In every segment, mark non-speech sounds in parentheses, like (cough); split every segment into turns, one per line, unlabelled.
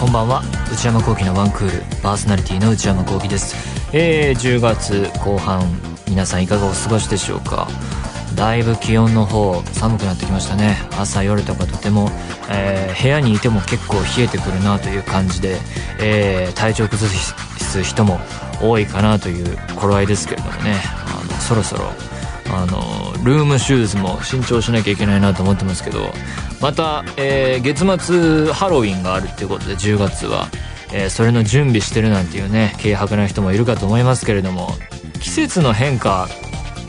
こんばんは内山聖輝のワンクールパーソナリティの内山聖輝ですえー、10月後半皆さんいかがお過ごしでしょうかだいぶ気温の方寒くなってきましたね朝夜とかとても、えー部屋にいても結構冷えてくるなという感じで、えー体調崩す人も多いかなという頃合いですけれどもねあのそろそろあのルームシューズも新調しなきゃいけないなと思ってますけどまた、えー月末ハロウィンがあるっていうことで10月は、えーそれの準備してるなんていうね軽薄な人もいるかと思いますけれども季節の変化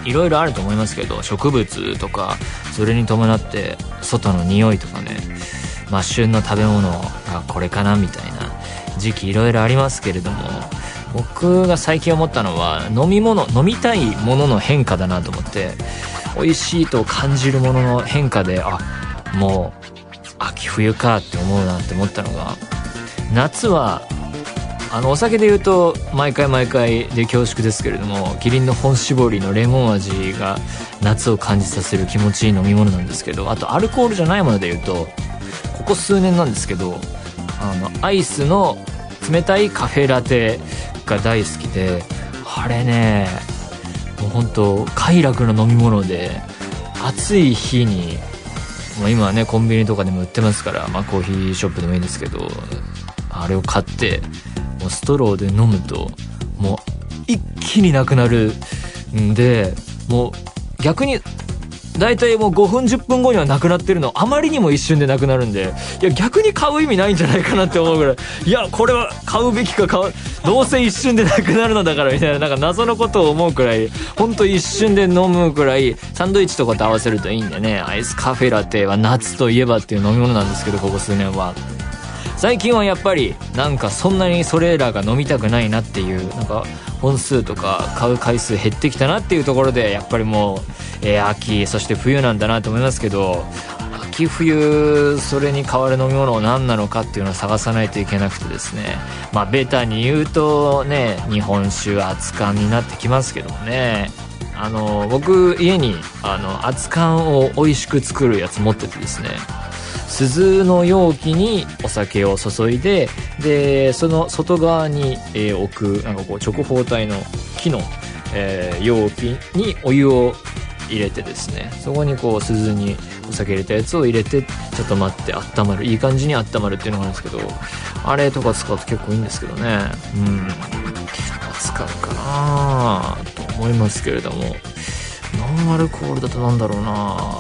いろいろあると思いますけど植物とかそれに伴って外の匂いとかね、まあ、旬の食べ物がこれかなみたいな時期いろいろありますけれども僕が最近思ったのは飲み物飲みたいものの変化だなと思って美味しいと感じるものの変化であもう秋冬かって思うなって思ったのが夏はあのお酒で言うと毎回毎回で恐縮ですけれどもキリンの本搾りのレモン味が夏を感じさせる気持ちいい飲み物なんですけどあとアルコールじゃないもので言うとここ数年なんですけどあのアイスの冷たいカフェラテが大好きであれねもう本当快楽の飲み物で暑い日にもう今はねコンビニとかでも売ってますから、まあ、コーヒーショップでもいいんですけどあれを買ってもうストローで飲むともう一気になくなるんでもう逆に大体もう5分10分後にはなくなってるのあまりにも一瞬でなくなるんでいや逆に買う意味ないんじゃないかなって思うぐらいいやこれは買うべきか買うどうせ一瞬でなくなるのだからみたいななんか謎のことを思うくらいほんと一瞬で飲むくらいサンドイッチとかと合わせるといいんでねアイスカフェラテは夏といえばっていう飲み物なんですけどここ数年は。最近はやっぱりなんかそんなにそれらが飲みたくないなっていうなんか本数とか買う回数減ってきたなっていうところでやっぱりもう、えー秋そして冬なんだなと思いますけど秋冬それに代わる飲み物は何なのかっていうのを探さないといけなくてですねまあベタに言うとね日本酒熱燗になってきますけどもねあの僕家にあの熱燗を美味しく作るやつ持っててですね鈴の容器にお酒を注いででその外側に、えー置くなんかこう直方体の木の、えー容器にお湯を入れてですねそこにこう鈴にお酒入れたやつを入れてちょっと待って温まるいい感じに温まるっていうのがあるんですけどあれとか使うと結構いいんですけどねうん使うかなと思いますけれどもノンアルコールだとなんだろうな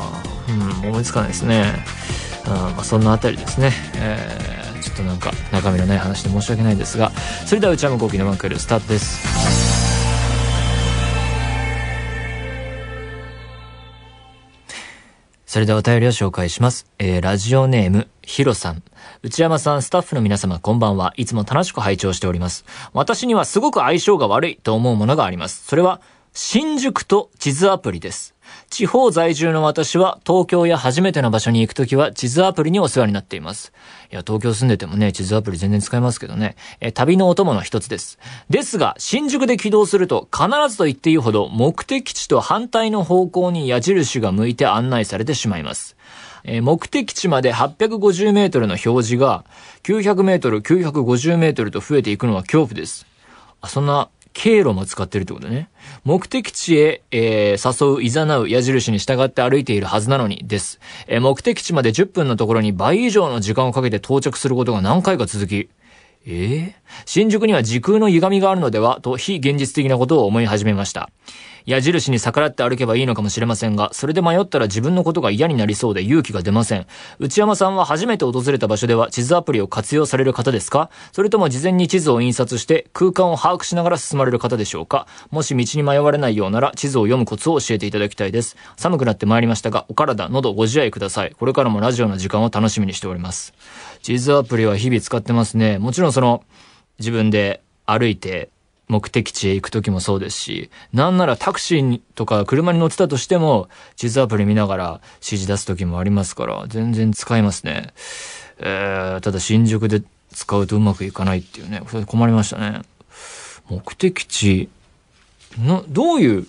うん思いつかないですねうんまあ、そんなあたりですね、えーちょっとなんか中身のない話で申し訳ないですがそれでは内山聖輝のワンクールスタートですそれではお便りを紹介します、えーラジオネームヒロさん内山さんスタッフの皆様こんばんはいつも楽しく拝聴しております私にはすごく相性が悪いと思うものがありますそれは新宿と地図アプリです地方在住の私は東京や初めての場所に行くときは地図アプリにお世話になっています。いや、東京住んでてもね、地図アプリ全然使えますけどね。えー、旅のお供の一つです。ですが、新宿で起動すると必ずと言っていいほど目的地と反対の方向に矢印が向いて案内されてしまいます。えー目的地まで850メートルの表示が900メートル、950メートルと増えていくのは恐怖です。あ、そんな経路も使ってるってことね。目的地へ、えー誘う、誘う、矢印に従って歩いているはずなのに、です。えー目的地まで10分のところに倍以上の時間をかけて到着することが何回か続き、えー新宿には時空の歪みがあるのではと非現実的なことを思い始めました。矢印に逆らって歩けばいいのかもしれませんが、それで迷ったら自分のことが嫌になりそうで勇気が出ません。内山さんは初めて訪れた場所では地図アプリを活用される方ですかそれとも事前に地図を印刷して空間を把握しながら進まれる方でしょうかもし道に迷われないようなら地図を読むコツを教えていただきたいです。寒くなってまいりましたが、お体、喉ご自愛ください。これからもラジオの時間を楽しみにしております。地図アプリは日々使ってますね。もちろんその、自分で歩いて目的地へ行く時もそうですし、なんならタクシーにとか車に乗ってたとしても、地図アプリ見ながら指示出す時もありますから、全然使いますね。えー、ただ新宿で使うとうまくいかないっていうね、それ困りましたね。目的地、な、どういう、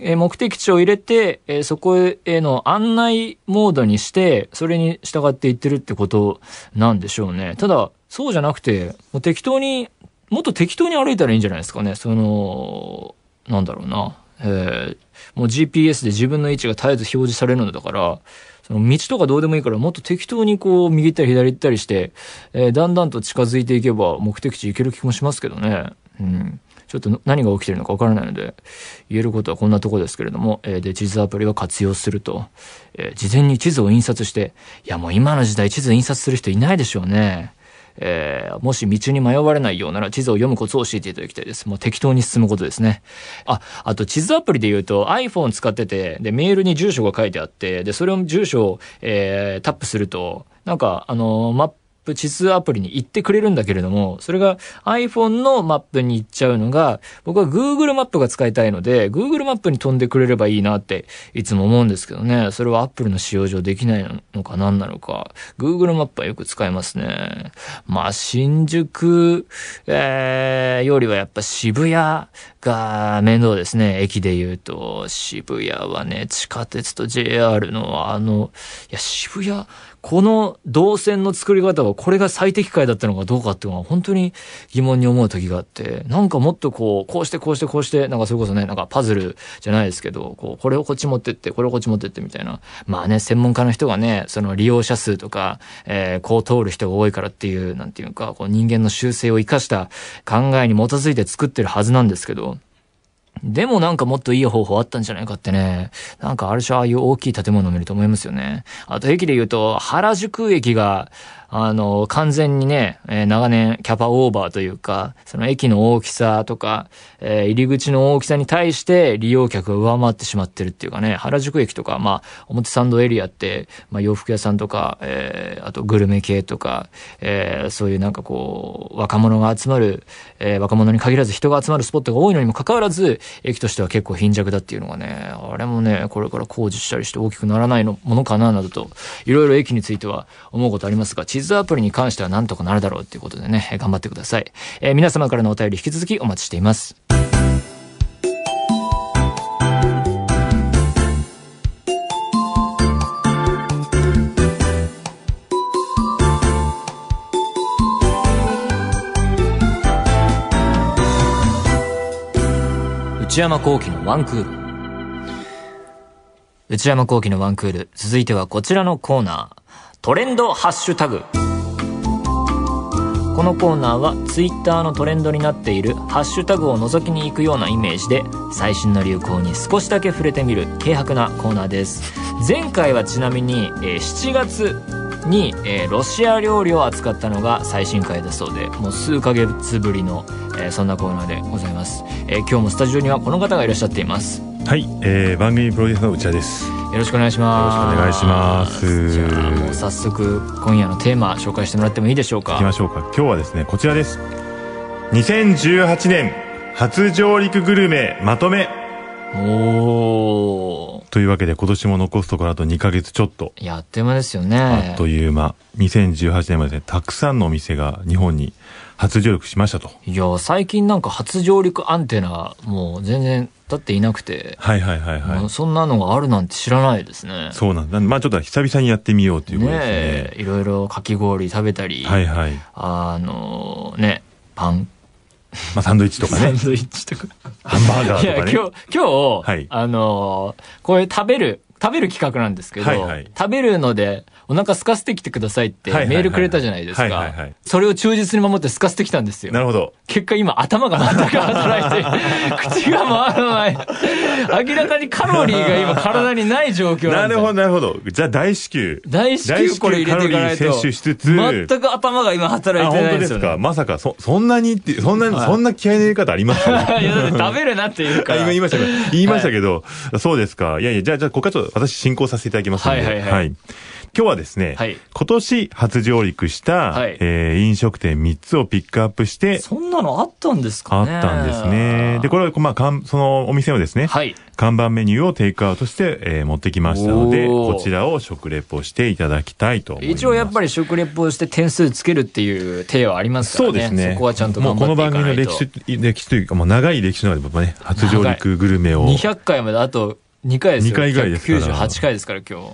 えー目的地を入れて、えーそこへの案内モードにして、それに従っていってるってことなんでしょうね。ただ、そうじゃなくて、もう適当に、もっと適当に歩いたらいいんじゃないですかね。その、なんだろうな。えーもう GPS で自分の位置が絶えず表示されるのだから、その道とかどうでもいいから、もっと適当にこう、右行ったり左行ったりして、えーだんだんと近づいていけば、目的地行ける気もしますけどね。うん。ちょっと何が起きてるのかわからないので、言えることはこんなとこですけれども、えーで、地図アプリを活用すると、えー事前に地図を印刷して、いやもう今の時代地図印刷する人いないでしょうね。えーもし道に迷われないようなら地図を読むコツを教えていただきたいです。もう適当に進むことですね。あ、あと地図アプリで言うと iPhone 使ってて、で、メールに住所が書いてあって、で、それを住所を、えータップすると、なんか、あのーマップ地図アプリに行ってくれるんだけれども、それが iPhone のマップに行っちゃうのが、僕は Google マップが使いたいので、Google マップに飛んでくれればいいなっていつも思うんですけどね。それは Apple の使用上できないのか何なのか。Google マップはよく使いますね。まあ、新宿、えー、よりはやっぱ渋谷が面倒ですね。駅で言うと、渋谷はね、地下鉄と JR のあの、いや、渋谷、この動線の作り方はこれが最適解だったのかどうかっていうのは本当に疑問に思う時があって、なんかもっとこう、こうしてこうしてこうして、なんかそれこそね、なんかパズルじゃないですけど、こう、これをこっち持ってって、これをこっち持ってってみたいな。まあね、専門家の人がね、その利用者数とか、えーこう通る人が多いからっていう、なんていうか、こう人間の習性を生かした考えに基づいて作ってるはずなんですけど、でもなんかもっといい方法あったんじゃないかってね。なんかある種ああいう大きい建物を見ると思いますよね。あと駅で言うと、原宿駅が、あの、完全にね、えー長年キャパオーバーというか、その駅の大きさとか、えー入り口の大きさに対して利用客が上回ってしまってるっていうかね、原宿駅とか、まあ、表参道エリアって、まあ、洋服屋さんとか、えーあとグルメ系とか、えーそういうなんかこう、若者が集まる、えー若者に限らず人が集まるスポットが多いのにもかかわらず、駅としては結構貧弱だっていうのがね、あれもね、これから工事したりして大きくならないのものかな、などと、いろいろ駅については思うことありますが、地図アプリに関してはなんとかなるだろうっていうことでね、えー頑張ってください。えー皆様からのお便り引き続きお待ちしています。内山幸輝のワンクール。内山幸輝のワンクール。続いてはこちらのコーナー。トレンドハッシュタグ。このコーナーはツイッターのトレンドになっているハッシュタグを覗きに行くようなイメージで最新の流行に少しだけ触れてみる軽薄なコーナーです前回はちなみに、えー7月に、えーロシア料理を扱ったのが最新回だそうでもう数ヶ月ぶりの、えーそんなコーナーでございます、えー今日もスタジオにはこの方がいらっしゃっていますよ
はい、えー、番組プロデューサーの内田です。
ろしくお願いします
よろしくお願いします
じゃあもう早速今夜のテーマ紹介してもらってもいいでしょう
行き
か
ましょうか。今日はですね、こちらです。2018年初上陸グルメまとめ
おー
というわけで今年も残すところあと2ヶ月ちょっと。
いやあっという間ですよね
あっという間。2018年までねたくさんのお店が日本に初上陸しましたと。
いや、最近なんか初上陸アンテナ、もう全然立っていなくて、
はいはいはい
も
は
うそんなのがあるなんて知らないですね。
い。そうなんだ。まあちょっと久々にやってみようということです
ね
ね。
え、いろいろかき氷食べたり、
はいはい。
あのね、パン、
まあサンドイッチとか
サン (laughs)
ね。
ドイッチとか。
ハンバーガ
い
ーと
や、
か
今
ね。
日、今日、
はい
あのこういう食べる、食べる企画なんですけど、
はいはい
食べるのでお腹空かせてきてくださいって
はいはいは
メー
いはい
ルくれたじゃないです
はいはいは
か
い。
それを忠実に守って空かせてきたんですよ
な。るほど。
結果今頭が全く
(laughs)
働いて口が回らない明らかにカロリーが今体にない状況な
なん
だ
るほどなるほど。じゃあ大至急。
大至急これ入れていかない
大至急カロリー摂取しつつ
と全く頭が今働い
あ、
て
本
ない
当
んで
です
よ
す
ね
か。まさか、そ、そんなにって、そんな、そんな気合いの入れ方ありま
(laughs)
すあ
いやだって食べるなっていうから
今言いましたけど、言いましたけど、そうですか。いやいや、じゃあ、じゃあ、ここからちょっと私進行させていただきますので、
はいはいはい
今日はですね、
はい
今年初上陸した、
はい
えー飲食店3つをピックアップして、
そんなのあったんです
あ
か
っ
ね
たんですね。で、これは、まあ、かんそのお店をですね、
はい
看板メニューをテイクアウトして、えー持ってきましたので、
おー
こちらを食レポしていただきたいと思います。
一応やっぱり食レポをして点数つけるっていう手はありますからね
そうですね。
そこはちゃんと頑
も
張っ
うこ
てい
の番
か
組
な
の
いと
歴史と、歴史というか、もう長い歴史の中で、僕はね、初上陸グルメを。
200回まであと2回ですよ
2回ぐらいですから
98回ですから今日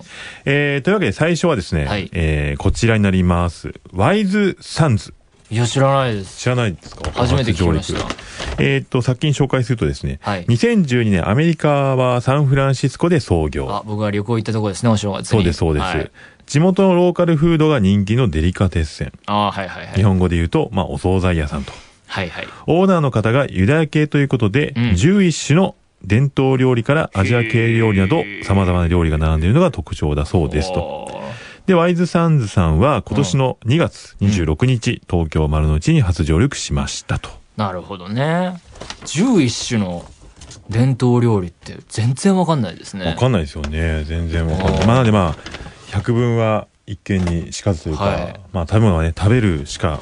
えー、というわけで最初はですね、
はい
えー、こちらになります。ワイズサンズ。
いや、知らないです。
知らないですか
初めて聞きまし
初上
た
陸。えーっと、先に紹介するとですね、
はい
2012年アメリカはサンフランシスコで創業。
あ、僕は旅行行ったとこですね、お正月に。
そうです、そうです、
はい
地元のローカルフードが人気のデリカテッセン。
あーはいはいは
日
い。
本語で言うと、まあ、お惣菜屋さんと。
はいはい。
オーナーの方がユダヤ系ということで、
うん
11種の伝統料理からアジア系料理など
へー
様々な料理が並んでいるのが特徴だそうですと。
おー
で、ワイズサンズさんは今年の2月26日、東京丸の内に初上陸しましたと。
なるほどね。11種の伝統料理って全然わかんないですね。
わかんないですよね。全然わかんな
あ
い。
ー
まあ、なんでまあ、百分は一見にしかずというか、
はい
まあ、食べ物はね、食べるしか、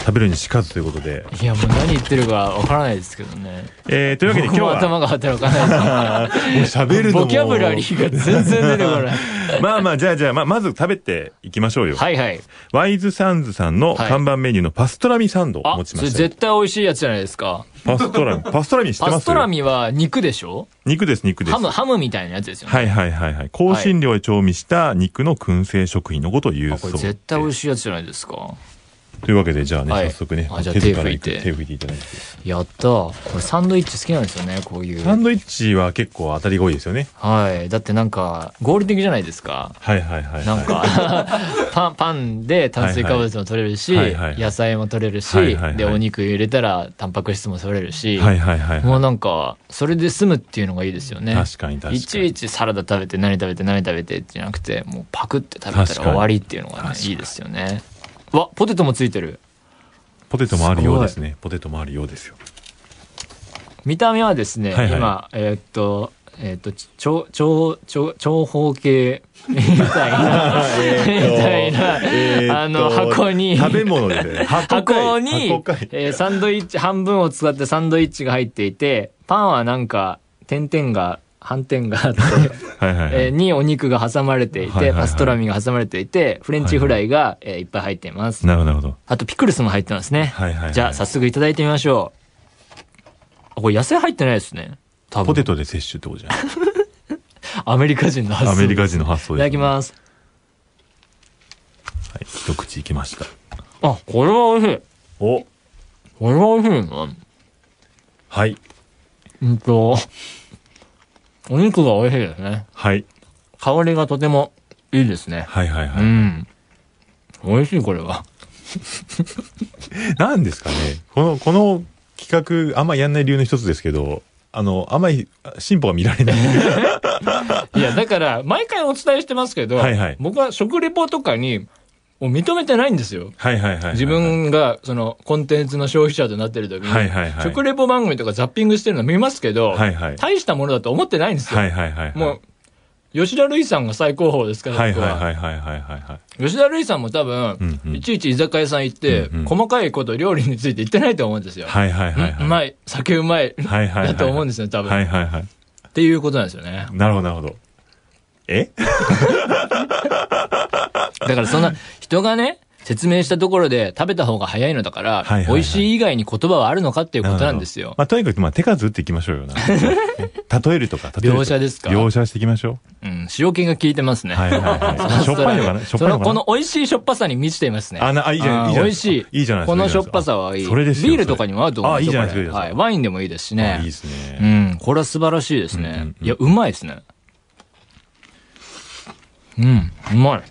食べるにしかずということで。
いや、もう何言ってるかわからないですけどね。
えー、というわけで今日
僕も
は、も
頭が働かないで
う喋る
す。
のも
ボキャブラリーが全然出てこない。
まあまあ、じゃあじゃあ、まあ、まず食べていきましょうよ。
はいはい。
ワイズサンズさんの看板メニューのパストラミサンドをお
あ
持、ちし
そ
ま
れ
したよ。
絶対美味しいやつじゃないですか。
パスト
(laughs)
ラミ、パストラミ知ってます
パストラミは肉でしょ
肉です、肉です。
ハム、ハムみたいなやつですよね。
はいはいはいはい。香辛料で調味した肉の燻製食品のことを言う
こ
そう
れ
です。
絶対美味しいやつじゃないですか。
というわけで、じゃあね、
はい
早速ね
あ、じゃあ
手から
手拭い
く
て
手拭いていただいて。
やったー。これサンドイッチ好きなんですよね、こうい
サン
う。
ドイッチは結構当たりが多いですよね。
はい。だってなんか、合理的じゃないですか。
はいはいはい、はい。
なんか、 (laughs) パン、パンで炭水化物も取れるし、
はいはい
野菜も取れるし、
はいはいはい
で、お肉入れたらタンパク質も取れるし、
はいはいはい
も
は
うなんか、それで済むっていうのがいいですよ
い。
ね。
確かに確かに。
いちいちサラダ食べて何食べて何食べてじゃなくて、もうパクって食べた
確
ら
かに
終わりっていうのがね、いいですよね。わ、ポテトもついてる。
ポテトもあるようですね。ポテトもあるようですよ。
見た目はですね、
はいはい
今、えーっと、えーっと、ち長、長、長、長方形みたい
(laughs)
な、 (laughs) みたいな、
えーっと
あの、箱に、
食べ物ですね。箱かい
箱に
箱かい
えーサンドイッチ、半分を使ってサンドイッチが入っていて、パンはなんか、点々が、斑点があって、
(laughs) はいはいはい。
えーにお肉が挟まれていて、
はいはいはい
パストラミが挟まれていて、フレンチフライが、えーいっぱい入っています。
なるほどなるほど。
あと、ピクルスも入ってますね。
はいはいはい
じゃあ、早速いただいてみましょう。あこれ、野菜入ってないですね。多分
ポテトで摂取ってことじゃない
アメリカ人の発想
アメリカ人の発想
い
で
ただ
す、
き
す。
ます。
はい、一口いきました。
あ、これは美味しい。
お
これは美味しいな。
はい。
うんと、お肉が美味しいですね。
はい。
香りがとてもいいですね。
はいはいは
う
い。
ん。美味しい、これは。
何ですかねこの、この企画、あんまやんない理由の一つですけど、あの、あんまり進歩が見られない。 (laughs)
いや、だから、毎回お伝えしてますけど、
はいはい
僕は食レポとかに、もう認めてないんですよ。
はいはいはいはい。
自分が、その、コンテンツの消費者となってる時に、
はいはいはい
食レポ番組とかザッピングしてるの見ますけど、
はいはい
大したものだと思ってないんですよ。
はいはいはいはい。
もう、吉田類さんが最高峰ですから、
はい
僕
はい
は
はいはいはいはいはい。
吉田類さんも多分、
うんうん
いちいち居酒屋さん行って、
うんうん
細かいこと料理について言ってないと思うんですよ。
はいはいはいはい。
うまい、酒うまい、
はいはいはい。
だと思うんですよ多分
はいはいはい。
っていうことなんですよね。
なるほどなるほど。え
だからそんな、人がね、説明したところで食べた方が早いのだから、
はいはいはい
美味しい以外に言葉はあるのかっていうことなんですよ。
まあ、とにかく、まあ、手数打っていきましょうよな。 (laughs) 例えるとか、例えると
描写ですか
描写していきましょ
うん、塩気が効いてますね。
う。はいはいはい。 (laughs) しょっぱいのかなしょっ
そ
ぱいの
の、
かな
この美味しいしょっぱさに満ちていますね。
あなあいいじゃん
あー
いいじゃん
美味しい。
いいじゃないですか
このしょっぱさはいい。
あそれですよ
ビールとかにも合うと思うんですよ。
あいいじゃない
これ
ですかいいじゃないです
はい。ワインでもいいですしね。
あいいですね。
うん、これは素晴らしいですね。
うんうんうん
いや、うまいですね。うん、うまい。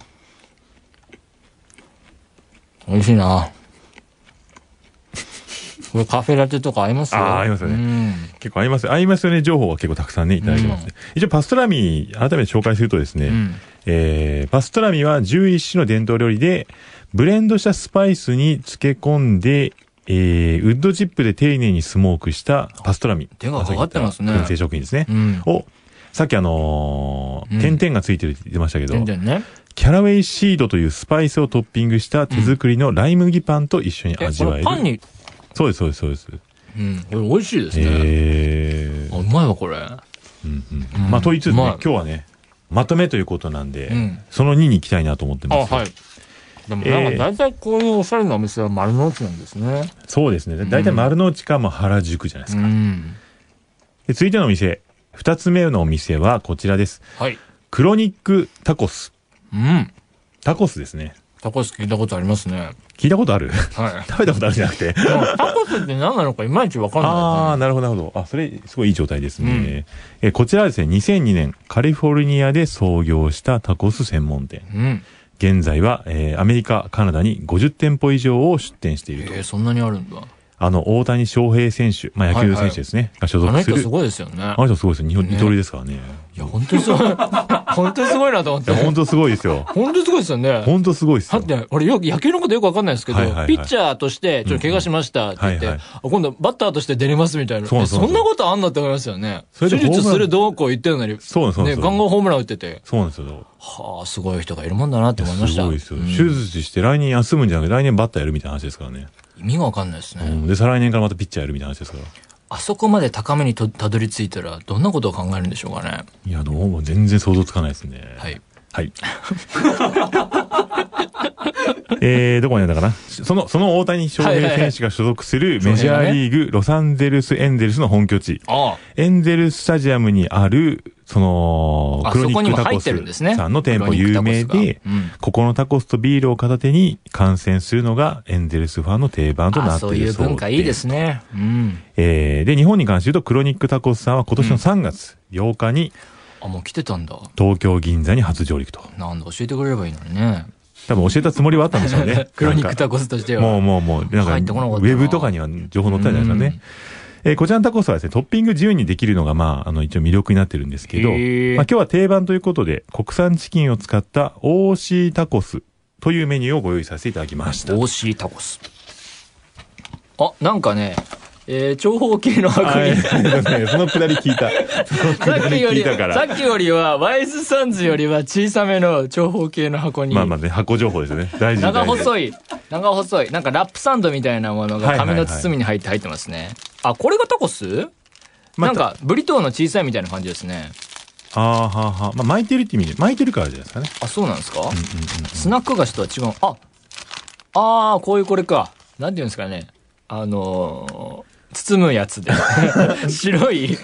美味しいな。 (laughs) これカフェラテとか合いますよ。
あー合いますよね
うん。
結構合います。合いますよね。情報は結構たくさんね、いただいてますね。一応、パストラミ、改めて紹介するとですね、
ん
えー、パストラミは11種の伝統料理で、ブレンドしたスパイスに漬け込んで、えー、ウッドチップで丁寧にスモークしたパストラミ。
手がかかってますね
燻製食品ですね
う。ん。
を、さっきあのー
うん
点々がついてるって言ってましたけど、
全然ね。
キャラウェイシードというスパイスをトッピングした手作りのライ麦パンと一緒に
え、
味
こ
わえ
の
る。
パンに、
そうです、そうです、そうです。
うん、これ美味しいですね。
えー
あ、うまいわ、これ。
うんうんまあ、と言いつつね、
まあ
今日はね、まとめということなんで、
うん
その2に行きたいなと思って
あ、
ます。
はい。でもなん
えー
か大体こういうおしゃれなお店は丸の内なんですね。
そうですね。だいたい丸の内か、まあ、原宿じゃないです
う
か。
ん。
で続いてのお店、2つ目のお店はこちらです。
はい。
クロニックタコス。
うん。
タコスですね。
タコス聞いたことありますね。
聞いたことある (laughs)
はい。
食べたことあるじゃなく
(laughs)
て。
でもタコスって何なのかいまいちわかんないですね。
ああ、なるほど、なるほど。あ、それ、すごいいい状態ですね。えーこちらはですね、2002年、カリフォルニアで創業したタコス専門店。
うん。
現在は、えーアメリカ、カナダに50店舗以上を出店してい
え
ると。
ー、そんなにあるんだ。
あの、大谷翔平選手、まあ野球選手ですね、が所
あの
属す
人す
る。
ごいですよね
あ。の人すごいですよ。日本、
ね
二刀流ですからね。い
いや、本当に (laughs) すごい。本当にすごいなと思って
や、。本当すごいで
(laughs)
すよ。
本当にすごいですよね。
本当すごいです
だ
よ
っ。て、俺よく、野球のことよくわかんないですけど、
はいはいはい
ピッチャーとして、ちょっと怪我しましたって言って、
うんうんはい
あ今度バッターとして出れますみたいな。
そう
え
そうそう
そんなことあんなって思いますよね。
それで
手術
ホームラン
するどうこう言ってるのに、
そうなんですそうなん
ね、
です
ガンガンホームラン打ってて、
そうなんですよ。
はあ、すごい人がいるもんだなって思いまし
す
た。
ごいですよ。
うん
手術して来年休むんじゃなくて、来年バッターやるみたいな話ですからね。
意味がわかんないですね。
うん。で、再来年からまたピッチャーやるみたいな話ですから。
あそこまで高めにとたどり着いたら、どんなことを考えるんでしょうかね。
いや、どうも全然想像つかないですね。
はい。
はい。 (laughs) えー、どこまでだったかなその、その大谷翔平選手が所属するメジャーリーグロサンゼルスエンゼルスの本拠地、
あ
エンゼルスタジアムにある、その、
あ
クロニ
そこに
ッ
も
クタ
入
コ
ってるんです
ス
ね
さんの店舗
クロニックタ
有
コス
名
が
で
うん、
ここのタコスとビールを片手に観戦するのがエンゼルスファンの定番と
あ、
なって
そう
い
い
る
う
そう
文化いいで。すね。うん。
えー、で、日本に関して言うと、クロニックタコスさんは今年の3月8日に
あ、もう来てたんだ。
東京銀座に初上陸と。
なんだ、教えてくれればいいのにね。。
多分教えたつもりはあったんでしょうね
(laughs) クロニックタ
コ
コスとしては。
もうもうもう、なんか、ウ
入ってこなかったな
ェブとかには情報載ったんじゃないですかね。えーこちらのタコスはですね、トッピング自由にできるのが、まあ、あの、一応魅力になってるんですけど、
へ
まあ
ー
今日は定番ということで、国産チキンを使ったオーシータコスというメニューをご用意させていただきました。
オーシータコス。あ、なんかね、えー長方形の箱
はい、 (laughs)
に、
そのくだり聞いた。そのく
さ
だ
っき
り
よ
聞
り、
いたから。
さっきよりは、ワイズサンズよりは小さめの長方形の箱に、
(laughs) まあまあね、箱情報ですね。大事
長
い。
細い、長細い、なんかラップサンドみたいなものが紙
はいはい
の
はい
包みに入って入ってますね。あ、これがタコス
ま
な
あ
んか、ブリトーの小さいみたいな感じですね。
あーはーはーまあ、巻いてるって意味で、巻いてるからじゃないですかね。
あ、そうなんですか
うんうん
スナック菓子とは違う。あ、あー、こういうこれか。なんていうんですかね。あのー、包むやつ
(laughs)
で。白い、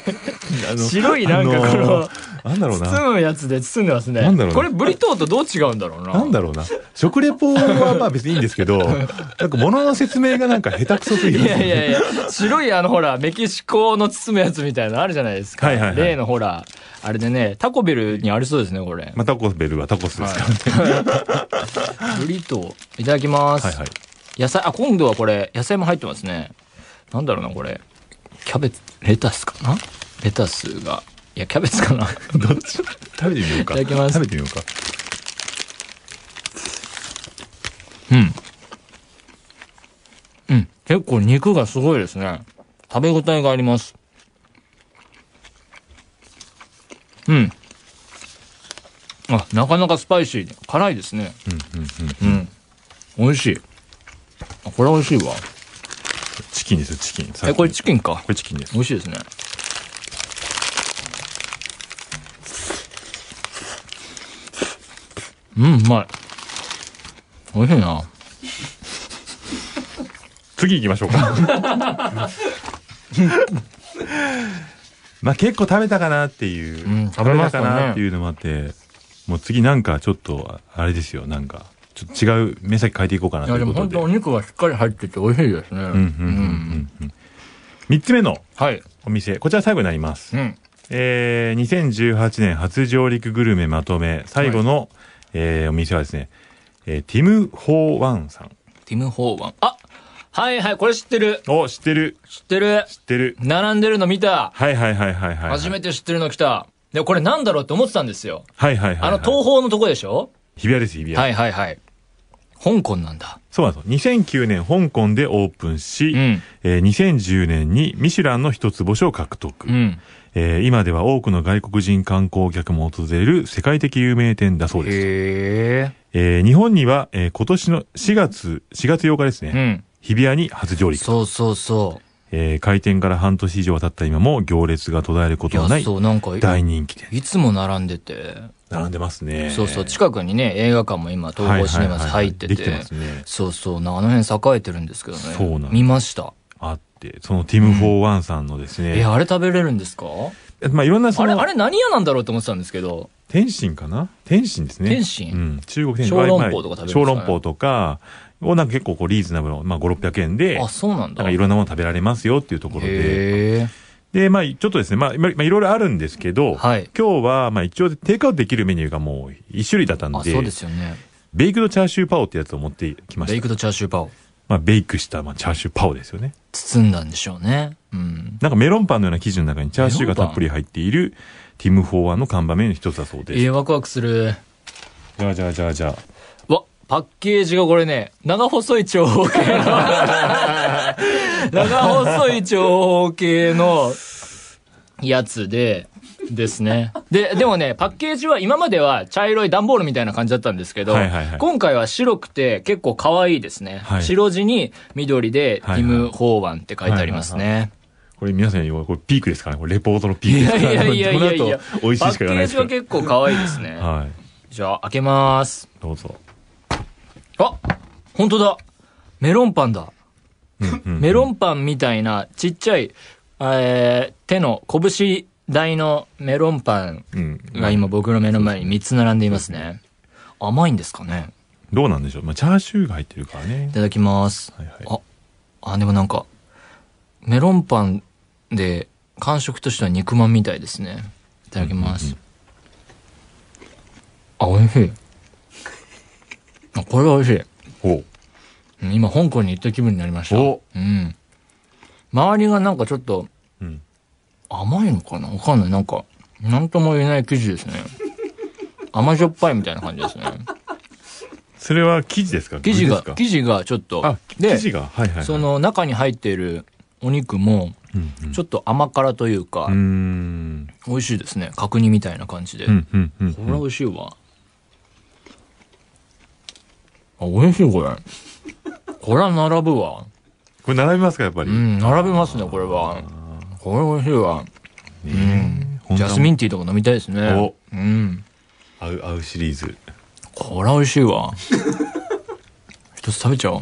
白いなんかこの、
あのーなんだろうな。
包むやつで包んでますね。
なんだろうな
これブリトーとどう違うんだろうな。
なんだろうな。食レポはまあ別にいいんで
(laughs)
すけど、なんか物の説明がなんか下手くそすぎるん
い
ですよ
や
ね
いやいや、白いあのほら、メキシコの包むやつみたいなのあるじゃないですか。
はいはいはい
例のほら、あれでね、タコベルにありそうですね、これ。
まあタコスベルはタコスですからね。
ブリトー。いただきます。
はいはい。
野菜、あ、今度はこれ、野菜も入ってますね。なんだろうな、これ。キャベツ、レタスかなレタスが。いや、キャベツかな。
(laughs) どっち食べてみようか。
いただきます
食べてみようか。
うん。うん。結構肉がすごいですね。食べ応えがあります。うん。あ、なかなかスパイシーで。辛いですね。
うんうんうん。
うん。美味しい。あ、これ美味しいわ。
チキンですよ、チキン。さっ
え、
き
これチキンか
こ。れチキンです。
美味しいですね。うん、うまい。美味しいな。
次行きましょうか。
(laughs)
まあ結構食べたかなっていう、
うん食べましたね
食かなっていうのもあって、もう次なんかちょっと、あれですよ、なんか、ちょっと違う目先変えていこうかないと
やで
いう
も
こと
本
で。
当お肉がしっかり入ってて美味しいですね。う
うんうんうんうんうん。三つ目の
はい。
お店、こちら最後になります。
うん。
えー、2018年初上陸グルメまとめ、最後の、えーお店はですね、えーティム・ホーワンさん。
ティム・ホーバン。あはいはい、これ知ってる。
お、知ってる
知ってる。
知ってる
並んでるの見た。
はいはいはいはいはい。
初めて知ってるの来た。で、これなんだろうって思ってたんですよ。
はいはいはいは
あ
い。
の東宝のとこでしょ
日比谷です、日比谷。
はいはいはい。香港なんだ。
そうなんですよ。2009年香港でオープンし、
うん
えー2010年にミシュランの一つ星を獲得、
うん。
えー今では多くの外国人観光客も訪れる世界的有名店だそうです。
へ
えー日本には、えー今年の4月、4月8日ですね、
うん。
日比谷に初上陸。
そうそうそ
えー開店から半年以上は経った今も行列が途絶えるこ
う。い
とのな
や、
い
そう、なんか、
大人気店。
いつも並んでて。
並んでますね。
そうそう、近くにね、映画館も今、東宝シネマス入って
はいはいはいはい
て
できてますね。
そうそう、なあの辺栄えてるんですけどね。
そうなんです
見ました。
あって、そのティム・フォー・ワンさんのです
え、
ね、
あれ食べれるんですか
まあいろんなそ
あれ、
の
あ、れ何屋なんだろうと思ってたんですけど、
天津かな天津ですね。
天津
うん、中国天津。
小籠包とか食べるんですかね
小籠包とか、をなんか結構こうリーズナブルの、まあ、5、600円で、
あ、そうなん
な
だ。
んかいろんなもの食べられますよっていうところで。
へ
で、まあ、ちょっとですね、まあ、まあまあいろいろあるんですけど、
はい
今日は、まあ、一応テイクアウトできるメニューがもう一種類だったん
あ、
で、
そうですよね。
ベイクドチャーシューパオってやつを持ってきま
ベ
し
イ
た。
クドチャーシューパンを
まあ、ベイクした、まあ、チャーシューパオですよね。
包んだんでしょうね。うん。
なんかメロンパンのような生地の中にチャーシューがたっぷり入っている、ティム・フォーワンの看板メニューの一つだそうです。
えー、ワクワクする。
じゃあじゃあじゃあじゃあ。
わ、パッケージがこれね、長細い長方形の、 (laughs) 長細い長方形のやつで、ですね。で、でもね、パッケージは今までは茶色い段ボールみたいな感じだったんですけど、
はいはいはい
今回は白くて結構可愛いですね。
はい
白地に緑で、テ
はいはい
ィム・ホーワンって書いてありますね。
これ皆さんに、これピークですかねこれレポートのピ
い
ークで
や
す
い
か
や
ね
いやいやいや
この後、美味しいしか言わない
パッケー
ですけど
ジは結構可愛いですね。
はい。
じゃあ、開けます。
どうぞ。
あ本当だメロンパンだ。メロンパンみたいなちっちゃい、えー手の拳大のメロンパン
うん。
が今僕の目の前に3つ並んでいますね。甘いんですかね
どうなんでしょうまあ、チャーシューが入ってるからね
い。ただきます。
はいはい
あ、あ、でもなんか、メロンパンで感触としては肉まんみたいですね。いただきます。あ、美味しい。あ、これは美味しい。
お
うん今、香港に行った気分になりました。
お
うん。周りがなんかちょっと、
うん。
甘いのかなわかんない。なんか、なんとも言えない生地ですね。甘じょっぱいみたいな感じですね。
それは生地ですか
生地
具
が
です、か
生地がちょっと、
あ、
で
生、地が。はいはいはい。
そ、の中に入っているお肉も、
うんうん。
ちょっと甘辛というか、
うーん。
美味しいですね。角煮みたいな感じで。
うんうんうん。
これは美味しいわ。あ、美味しいこれ。これは並ぶわ。
これ並びますか、やっぱり。
うん、並びますね、これは。これ美味しいわ。
ねえ。
ジャスミ
ン。
ンティーとか飲みたいですね。
お
うん。
合う、合うシリーズ。
これは美 (laughs) 味しいわ。一つ食べちゃおう。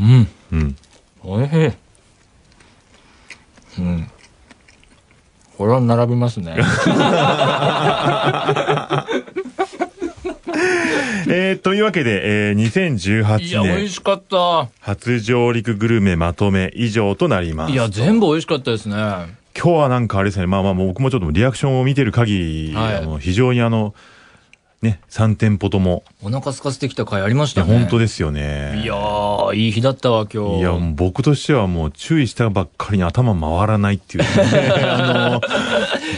うん、
うん。
美味しい。うん。これは並びます
(laughs)
ね。
えー、というわけで、えー、
い
2018
や、美味
年
しかった。
初上陸グルメまとめ以上となります。
いや、全部美味しかったですね。
今日はなんかあれですね、まあまあ僕もちょっとリアクションを見てる限り、
はい
あの非常にあの、ね、3店舗とも、
お腹空かせてきた回ありまし
い
た
や、
ね。
本当
で
ですよね。
いやー、いい日だったわ、今日。
いや、もう僕としてはもう注意したばっかりに頭回らないっていう、ね、
(laughs)
あの、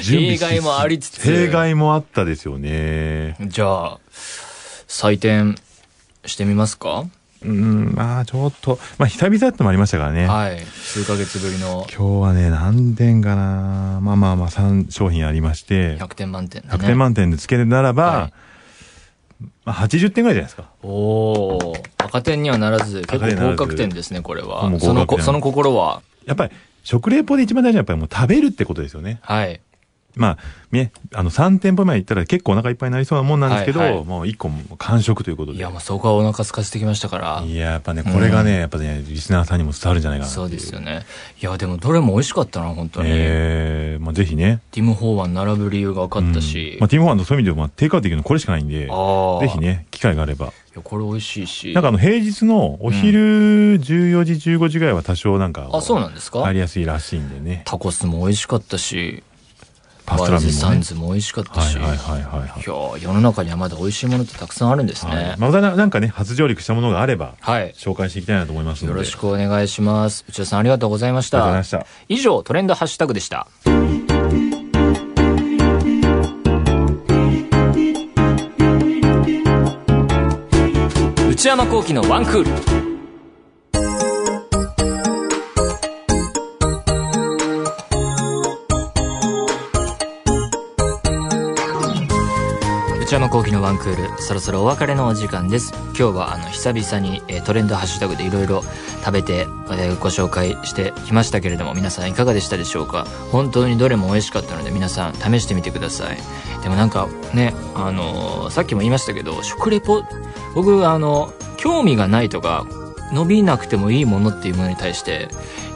弊害もありつつ
弊害もあったですよね。
じゃあ、採点してみますか
うん、まあちょっと、まあ久々ってのもありましたからね。
はい。数ヶ月ぶりの
今日はね、何点かなまあまあまあ3商品ありまして、
100点満点でね。
100点満点でつけるならば、
は
まあ80点ぐらいじゃないですか。
おお赤点にはならず、結
赤点になら
構合
ず
格点ですね、これは
も。う合格
その
点
こ、その心は。
やっぱり、食レポで一番大事なのはやっぱりもう食べるってことですよね。
はい。
まあ、ね、あの、3店舗前行ったら結構お腹いっぱいになりそうなもんなんですけど、
はいはい
もう1個もう完食ということで。
い
い
や、
や、
もうそこはお腹空かせてきましたから。
やっぱね、これがね、やっぱね、リスナーさんにも伝わるんじゃないかなってい
そうですよね。いや、でもどれも美味しかったな、本当に。
ええまあぜひね。
ティム・ホーワン並ぶ理由が分かった
う
し
ん。まあ、ティム・ホワンとそういう意味でも、まあ、テイクアウトできるのこれしかないんで、
ああ。
ぜひ。ね、機会があれ
い
ば。
や、これ美味しいし。
なんかあの、平日のお昼14時、15時ぐらいは多少なんか、
あ、そうなんですか
ありやすいらしいんでね。
タコスも美味しかったし、
パストラミ
ワイズサ
も
ン
ね。
ズも美味しかった
はい
し。
はいはいはい、はい
い。や、世の中にはまだ美味しいものってたくさんあるんです
は
ね
い。またななんかね、初上陸したものがあれば、
はい。
紹介していきたいなと思いますので。
よろしくお願いします。内田さんありがとうございまし
ありがとうござい
た
ま。した。
以上、トレンドハッシュタグでした。内山幸輝のワンクール。内山幸輝のワンクールそろそろお別れのお時間です今日はあの久々に、えートレンドハッシュタグでいろいろ食べて、えーご紹介してきましたけれども皆さんいかがでしたでしょうか本当にどれも美味しかったので皆さん試してみてくださいでもなんかねあのーさっきも言いましたけど食レポ僕あの興味がないとか伸びなくてもいいものっていうものに対して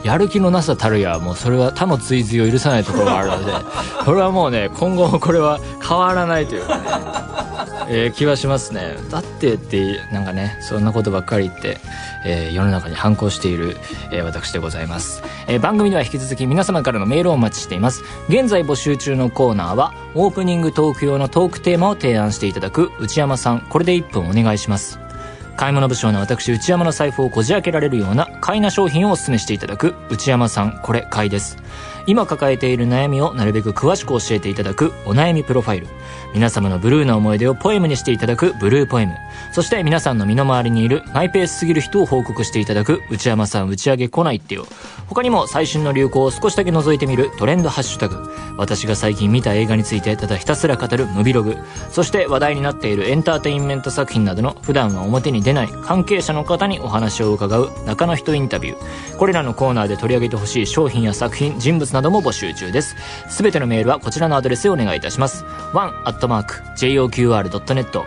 やる気のなさたるやもうそれは他の追随を許 (laughs) さないところがあるのでこれはもうね今後もこれは変わらないというかねえー気はしますねだってってなんかねそんなことばっかり言って、えー世の中に反抗している、えー私でございます、えー番組では引き続き皆様からのメールをお待ちしています現在募集中のコーナーはオープニングトーク用のトークテーマを提案していただく内山さんこれで1分お願いします買い物不詳の私内山の財布をこじ開けられるような買いな商品をお勧めしていただく内山さんこれ買いです今抱えている悩みをなるべく詳しく教えていただくお悩みプロファイル皆様のブルーな思い出をポエムにしていただくブルーポエムそして皆さんの身の回りにいるマイペースすぎる人を報告していただく内山さん打ち上げ来ないってよ他にも最新の流行を少しだけ覗いてみるトレンドハッシュタグ私が最近見た映画についてただひたすら語るムビログそして話題になっているエンターテインメント作品などの普段は表に出ない関係者の方にお話を伺う中の人インタビューこれらのコーナーで取り上げてほしい商品や作品人物なども募集中ですすべてのメールはこちらのアドレスへお願いいたします one.joqr.net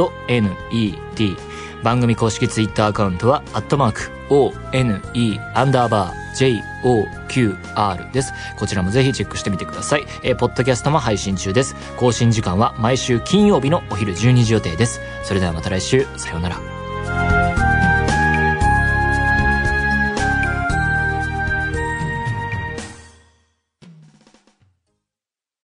one.joqr.net 番組公式ツイッターアカウントは、アットマーク、one, アンダーバー、joqr です。こちらもぜひチェックしてみてください。えーポッドキャストも配信中です。更新時間は毎週金曜日のお昼12時予定です。それではまた来週、さようなら。